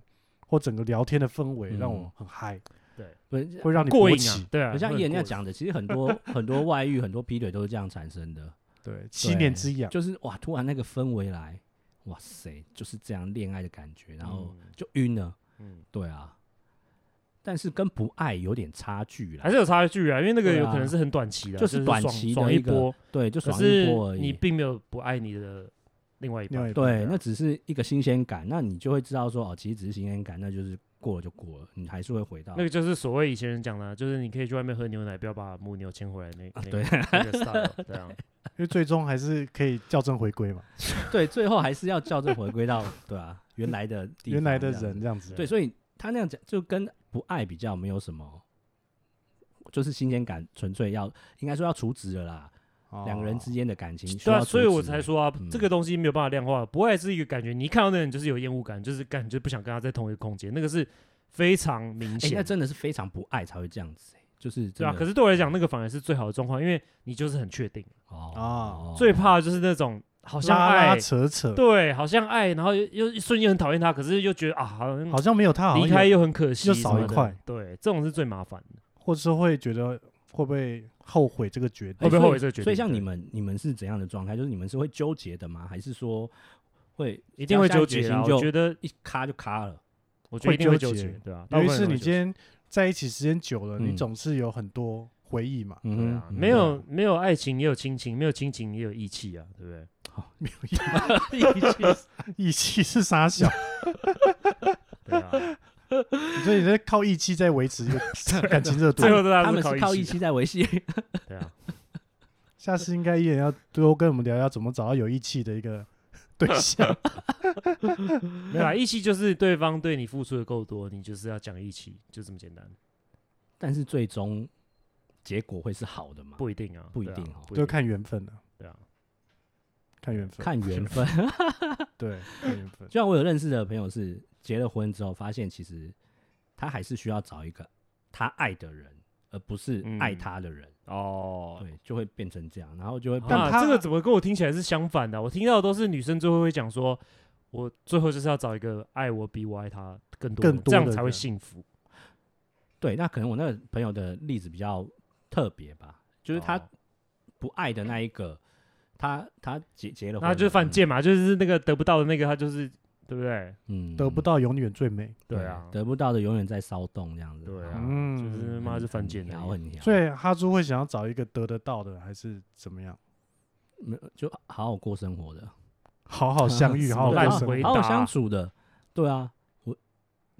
S1: 或整个聊天的氛围
S3: 嗯
S1: 让我很嗨，
S3: 不是
S1: 会让你勃
S2: 过瘾啊
S1: 起。，
S2: 对啊，
S3: 不像
S2: 会
S3: 叶人家
S2: 过瘾，
S3: 讲的，其实
S2: [LAUGHS]
S3: 很多很多外遇、很多劈腿都是这样产生的，
S1: 对，七年
S3: 对
S1: 之痒，
S3: 就是哇，突然那个氛围来，哇塞，就是这样恋爱的感觉，然后
S2: 嗯
S3: 就晕了。
S2: 嗯，
S3: 对啊，但是跟不爱有点差距啦，
S2: 还是有差距啊，因为那个
S3: 对啊
S2: 有可能是很短期的，
S3: 就是是短
S2: 爽
S3: 期的
S2: 爽
S3: 一个
S2: 波，
S3: 对，就
S2: 可
S3: 爽
S2: 是
S3: 一波而已。
S2: 你啊并没有不爱你的另外一
S1: 另外
S2: 半
S1: 一，半
S3: 对，那啊只是一个新鲜感，那你就会知道说哦，其实只是新鲜感，那就是过了就过了，你还是会回到
S2: 那个就是所谓以前人讲的啊，就是你可以去外面喝牛奶，不要把母牛牵回来那
S3: 啊
S2: 那
S3: 对
S2: 个那个
S3: [LAUGHS]
S2: style，对啊，
S1: 因为最终还是可以校正回归嘛，
S3: [LAUGHS] 对，最后还是要校正回归到对
S2: [LAUGHS]
S3: 啊原来的地
S1: 原来
S3: 方
S1: 的
S3: 这
S1: 人
S3: 样子
S1: 这样子。
S3: 对，所以他那样讲就跟不爱比较没有什么，就是新鲜感纯粹要应该说要除职了啦，
S1: 哦
S3: 两个人之间的感情需
S2: 对啊，
S3: 要
S2: 所以
S3: 除
S2: 我
S3: 职
S2: 才说啊
S3: 嗯，
S2: 这个东西没有办法量化，不爱是一个感觉，你一看到那人就是有厌恶感，就是感觉不想跟他在同一个空间，那个是非常明
S3: 哎、那
S2: 显。
S3: 真的是非常不爱才会这样子、欸，就是
S2: 对
S3: 真
S2: 啊，
S3: 的
S2: 可是对我来讲，那个反而是最好的状况，因为你就是很确定。
S3: 哦
S1: 啊
S2: 最怕的就是那种好像
S1: 拉拉
S2: 爱，
S1: 扯扯，
S2: 对，好像爱，然后又又一瞬间很讨厌他，可是又觉得啊，好像
S1: 好像没有他好像
S2: 离开
S1: 有，
S2: 又很可惜，
S1: 又少一
S2: 什么的
S1: 块
S2: 对，这种是最麻烦的。
S1: 或者说会觉得会不会后悔这个决
S2: 会
S1: 定
S2: 不？会
S3: 哎所以
S2: 后悔这个决
S3: 所以
S2: 定
S3: 像
S2: 对
S3: 你们，你们是怎样的状态？就是你们是会纠结的吗？还是说会
S2: 一定会
S3: 下定
S2: 纠
S3: 决
S2: 结
S3: 心
S2: 啊！
S3: 就
S2: 我觉得，
S3: 一卡就卡了？
S2: 我觉得
S1: 会
S2: 一定会
S1: 纠
S2: 纠
S1: 结
S2: 结，对啊。
S1: 尤
S2: 大部
S1: 其
S2: 分
S1: 是
S2: 人
S1: 你
S2: 会
S1: 今
S2: 纠结
S1: 天在一起时间久了，你
S3: 嗯
S1: 总是有很多回忆嘛。
S3: 嗯
S2: 对
S3: 哼
S2: 啊，
S3: 嗯
S2: 没有没有爱情也有亲情，没有亲情也有义气啊，对不对？
S3: 啊
S2: [LAUGHS]
S1: 义气是啥小？
S2: 对啊，
S1: 所以你在靠义气在维持一
S2: [LAUGHS]
S1: 个感情热度
S2: 啊最。后都
S3: 他们
S2: 是
S3: 是靠义
S2: 义
S3: 气在维系。 [LAUGHS]
S2: 的，对啊，
S1: 下次应该也要多跟我们聊聊怎么找到有义气的一个对象。
S2: 没有啦，啊义气就是对方对你付出的够多，你就是要讲义气，就这么简单，
S3: 但是最终结果会是好的吗？
S2: 不一定啊，
S3: 不
S2: [LAUGHS]
S3: 一
S2: 对啊
S3: 定哦
S2: 不
S1: 就
S2: 一定
S1: 看缘分了，
S2: 对啊，
S1: 看缘分，
S3: 看缘分。
S1: 对，看缘
S2: 嗯
S1: 分。
S3: [LAUGHS] 就像我有认识的朋友是结了婚之后，发现其实他还是需要找一个他爱的人，而不是
S2: 嗯
S3: 爱他的人。
S2: 哦。
S3: 对，就会变成这样，然后就会变。
S1: 但
S2: 啊，
S1: 他
S2: 这个怎么跟我听起来是相反的啊？我听到的都是女生最后会讲说，我最后就是要找一个爱我比我爱他更多的人，
S1: 更多
S2: 这样
S1: 的
S2: 才会
S1: 人
S2: 幸福。
S3: 对，那可能我那个朋友的例子比较特别吧，就是他
S2: 哦
S3: 不爱的那一个，他他结结了婚了，
S2: 那就是犯贱嘛，就是那个得不到的那个，他就是对不对？
S3: 嗯，嗯
S1: 得不，到永远最美，
S2: 对啊，
S3: 得不到的永远在骚动这样子，
S2: 对啊，
S1: 嗯
S2: 就是妈是犯贱的
S3: 然，后很娘，
S1: 所以哈猪会想要找一个得得到的，还是怎么样？
S3: 没有就好好过生活的，
S1: 好好相遇，
S2: [LAUGHS] 什
S1: 好好
S2: 么烂
S1: 过生
S2: 回
S1: 活
S2: 答
S3: 好好相处的，对啊，我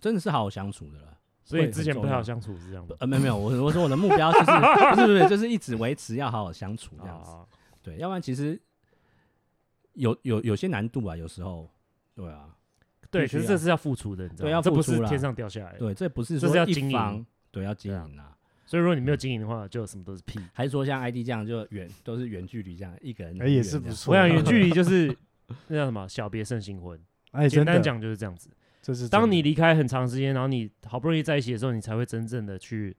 S3: 真的是好好相处的了。
S2: 所以
S3: 会
S2: 之前
S3: 很
S2: 不
S3: 重
S2: 太好
S3: 要
S2: 相处是这样的。
S3: 呃，没有没有，我我说我的目标就是 [LAUGHS] 不是不是，就是一直维持要好好相处这样子。
S2: 啊，
S3: 对，要不然其实有有有些难度啊，有时候。对啊，
S2: 对，
S3: 必须
S2: 可是这
S3: 要
S2: 是要付出的，你知道
S3: 对
S2: 吗？
S3: 要
S2: 这不
S3: 付出
S2: 是
S3: 啦
S2: 天上掉下来的。
S3: 对，这不是
S2: 这
S3: 说
S2: 是要
S3: 一
S2: 经营
S3: 方对要经
S2: 对啊
S3: 营啊，
S2: 所以如果你没有经营的话，就什么都是屁。
S3: 还是说像 ID 这样就远都是远距离这样一个人
S1: 哎
S3: 一
S1: 也
S3: 人
S1: 是
S3: 这
S1: 不
S3: 样
S1: 错
S2: 我
S1: [LAUGHS]
S2: 想远距离就是 [LAUGHS] 那叫什么“小别胜新婚”，
S1: 哎，
S2: 简
S1: 真
S2: 单
S1: 的，
S2: 讲就是这样子。
S1: 这是
S2: 当
S1: 真的
S2: 你离开很长时间，然后你好不容易在一起的时候，你才会真正的去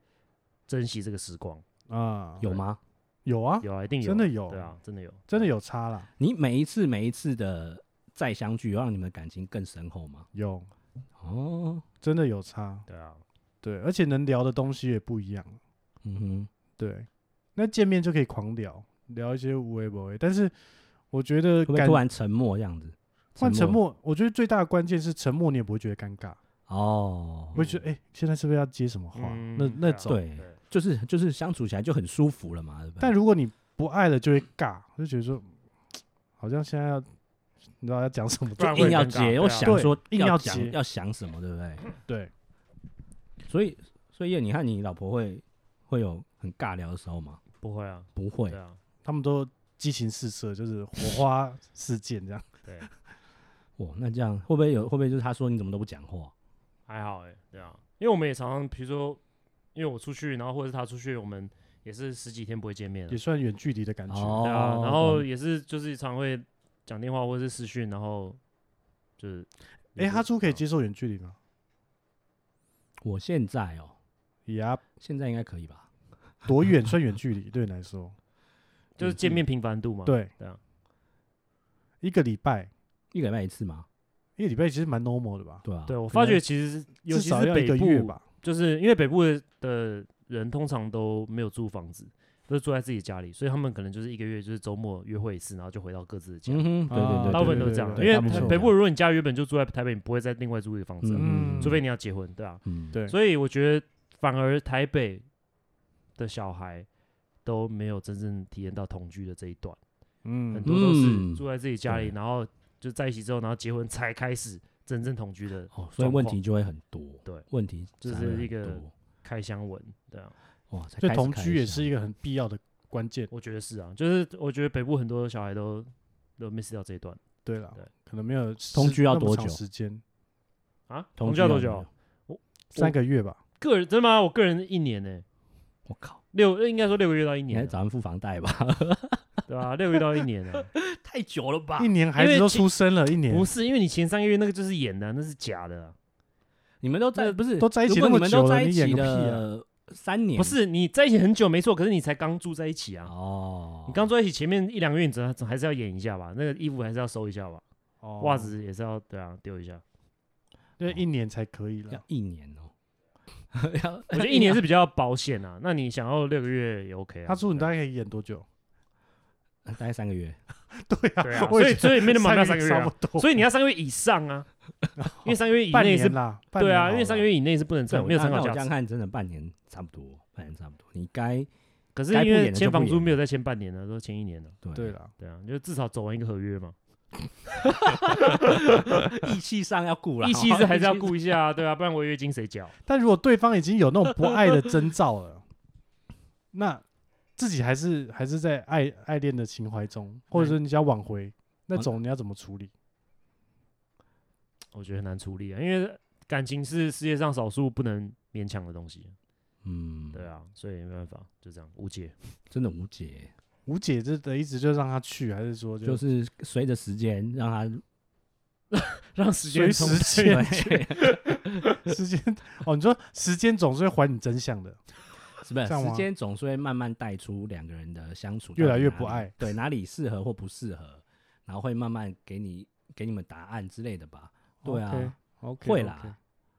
S2: 珍惜这个时光。
S1: 啊
S3: 有吗？
S1: 有啊，
S2: 有啊，一定有，
S1: 真的有
S2: 对啊，真的有，
S1: 真的有差啦，
S3: 你每一次每一次的再相聚，有让你们的感情更深厚吗？
S1: 有
S3: 哦，
S1: 真的有差，
S2: 对啊，
S1: 对，而且能聊的东西也不一样，
S3: 嗯哼，
S1: 对，那见面就可以狂聊，聊一些无为不为，但是我觉得
S3: 会不会
S1: 感
S3: 突然沉默这样子？
S1: 换沉默，我觉得最大的关键是沉默，你也不会觉得尴尬，
S3: 哦
S1: 不，会觉得哎，现在是不是要接什么话？
S2: 嗯
S1: 那那
S2: 啊
S1: 种，
S3: 对就是就是相处起来就很舒服了嘛，对不对？
S1: 但如果你不爱了，就会尬，就觉得说好像现在要你知道要讲什么，
S2: 不然
S3: 硬要
S2: 会尴尬
S3: 接，
S2: 对啊
S3: 我想说
S1: 对硬要
S3: 讲
S1: 接
S3: 要想什么，对不对？
S1: 对，
S3: 所以所以叶，你看你老婆会会有很尬聊的时候吗？
S2: 不会啊，
S3: 不会
S2: 对，啊，
S1: 他们都激情四射，就是火花四溅
S3: [LAUGHS]
S1: 这样。
S2: 对，
S3: 哇，那这样会不会有会不会就是他说你怎么都不讲话？
S2: 还好哎、对啊，因为我们也常常，比如说，因为我出去，然后或者是他出去，我们也是十几天不会见面了啊
S1: 也，算远距离的感觉。
S3: 哦
S2: 对啊，然后
S3: 嗯
S2: 也是就是常会讲电话或者是私讯，然后就是，啊
S1: 哎、哈猪可以
S2: 接，
S1: 接受远距离
S3: 哦
S1: 吗？
S3: 我现在哦，
S1: 呀、
S3: 现在应该可以吧？
S1: 啊多远算远距离？ [LAUGHS] 对你来说，
S2: 就是见面频繁度嘛，
S1: 对，
S2: 对啊，
S1: 一个礼拜，一
S3: 一个礼拜一次吗？
S1: 个礼拜其实蛮 normal 的吧？
S3: 对啊，
S2: 对我
S1: 可
S2: 发
S1: 能
S2: 觉其实是尤
S1: 至
S2: 其
S1: 少
S2: 是
S1: 要一
S2: 北
S1: 个月
S2: 部，
S1: 吧。
S2: 就是因为北部的的人通常都没有租房子，都是住在自己家里，所以他们可能就是一个月就是周末约会一次，然后就回到各自的家。
S3: 嗯哼，对
S1: 啊
S3: 对对，
S2: 大部分都是
S1: 对
S2: 这样，
S1: 对
S2: 因为
S3: 大部分
S2: 台
S3: 都
S2: 北
S3: 这
S2: 部如果你家原本就住在台北，你不会再另外租一个房子啊，
S1: 嗯
S2: 除非你要结婚，对啊。
S3: 嗯
S1: 对，
S2: 所以我觉得反而台北的小孩都没有真正体验到同居的这一段，很
S1: 嗯，
S2: 多都是
S3: 嗯
S2: 住在自己家里，
S3: 对
S2: 然后就在一起之后，然后结婚才开始真正同居的
S3: 哦，所以
S2: 状
S3: 问
S2: 况
S3: 题就会很多，
S2: 对
S3: 问题
S2: 这
S3: 才
S2: 是
S3: 会
S2: 一
S3: 很
S2: 个
S3: 多
S2: 开箱文，对啊，
S3: 哇，才
S1: 所以
S3: 开始啊
S1: 同
S3: 开
S1: 居也
S3: 箱
S1: 是一个很必要的关键。
S2: 我觉得是啊，就是我觉得北部很多小孩都都 miss 掉这一段
S1: 对了
S2: 对，
S1: 可能没有时
S3: 同居要
S1: 那么
S3: 多
S1: 长
S3: 久
S1: 时间？
S2: 啊。
S3: 同
S2: 居要多
S3: 没
S2: 久
S3: 有？？
S1: 三个月吧。
S2: 个人真的吗？我个人一年呢、
S3: 我靠，
S2: 六应该说六个月到一
S3: 你还
S2: 年啊、
S3: 打算付房贷吧？ [LAUGHS]
S2: 对吧、六个月到一年啊，
S3: 太久了吧
S1: 一年孩
S2: 因
S1: 子
S2: 为
S1: 都
S2: 其
S1: 出生了，一年
S2: 不是因为你前三个月那个就是演的啊、那是假的啊、
S3: 你们都在不是
S1: 都在一起
S3: 如果
S1: 那么
S3: 你们都
S1: 久了
S3: 在一
S1: 你演
S3: 起
S1: 个屁啊
S3: 了三年，
S2: 不是你在一起很久没错，可是你才刚住在一起啊，
S3: 哦？
S2: 你刚住在一起前面一两个月，你总总还是要演一下吧，那个衣服还是要收一下吧，
S1: 哦
S2: 袜，子啊也是要对啊丢一下。
S1: 对，一年才可以
S3: 要
S1: 了。
S3: 一年哦， [LAUGHS] 要
S2: 我觉得一年是比较保险啊，那你想要六个月也 OK 啊。
S1: 他说你大
S2: 对啊
S1: 概可以演多久？
S3: 大概三个月，
S1: 对
S2: [LAUGHS] 对
S1: [LAUGHS]
S2: 啊，
S1: 我
S2: 所
S1: 也
S2: 以所以没那么
S1: 大
S2: 要三个月
S1: 差
S2: 啊
S1: 不，多。
S2: 所以你要三个月以上
S3: [LAUGHS]
S2: 啊，因为三个月以
S1: 半
S2: 内是
S1: 年啦，半
S2: 对
S1: 年
S2: 啊，
S1: 好
S2: 因为
S1: 了
S2: 三个月以内是不能参
S3: 我
S2: 没有
S3: 那
S2: 参
S3: 那
S2: 考
S3: 我
S2: 价
S3: 这样
S2: 值。
S3: 看，真的半年差不多，半年差不多。你该
S2: 可是
S3: 该
S2: 因
S3: 不
S2: 为
S3: 演的
S2: 签
S3: 就不
S2: 房租
S3: 演
S2: 没有再签半年了，都签一年了，
S3: [LAUGHS] 对
S1: 对了，
S3: [LAUGHS]
S2: 对啊，就至少走完一个合约嘛。
S3: 义气上要顾啦，
S2: 义气是还是要顾一下啊，对啊，不然违约金谁缴？
S1: 但如果对方已经有那种不爱的征兆了，那自己还是还是在爱爱恋的情怀中，或者是你想挽回那种，你要怎么处理？
S2: 我觉得很难处理啊，因为感情是世界上少数不能勉强的东西，
S3: [LAUGHS] 嗯，
S2: 对啊，所以没办法，就这样无解。
S3: 真的无解，
S1: 无解这的意思就是让他去，还是说就
S3: 就是随着时间让他
S1: [LAUGHS]
S2: 让时间
S1: 随
S2: 冲
S1: 时
S2: 淡
S1: 间去时间？ [LAUGHS] 哦，你说时间总是会还你真相的，
S3: [LAUGHS] 是不是？
S1: 这样吗
S3: 时间总是会慢慢带出两个人的相处
S1: 越来越
S3: 到底
S1: 不
S3: 哪里
S1: 爱，
S3: 对哪里适合或不适合，然后会慢慢给你给你们答案之类的吧？对啊
S1: OK，OK，OK，
S3: 会啦，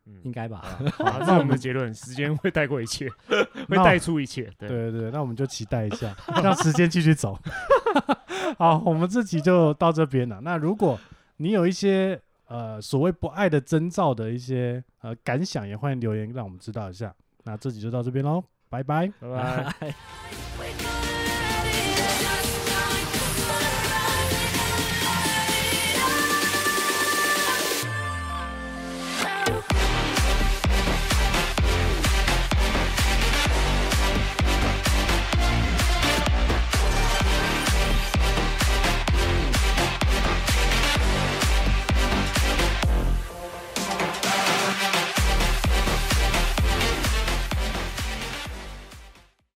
S3: 应
S2: 嗯，
S3: 该吧？
S2: 好啊，那我们的结论，时间会带过一
S3: [LAUGHS]
S2: 切，会
S1: 那
S2: 带出一切。对，
S1: 对对对，那我们就期待一下，让时间继续走。 [LAUGHS] 好，我们这集就到这边了。那如果你有一些呃所谓不爱的征兆的一些呃感想，也欢迎留言让我们知道一下。那这集就到这边喽，拜拜。
S2: 拜拜。
S4: We got it.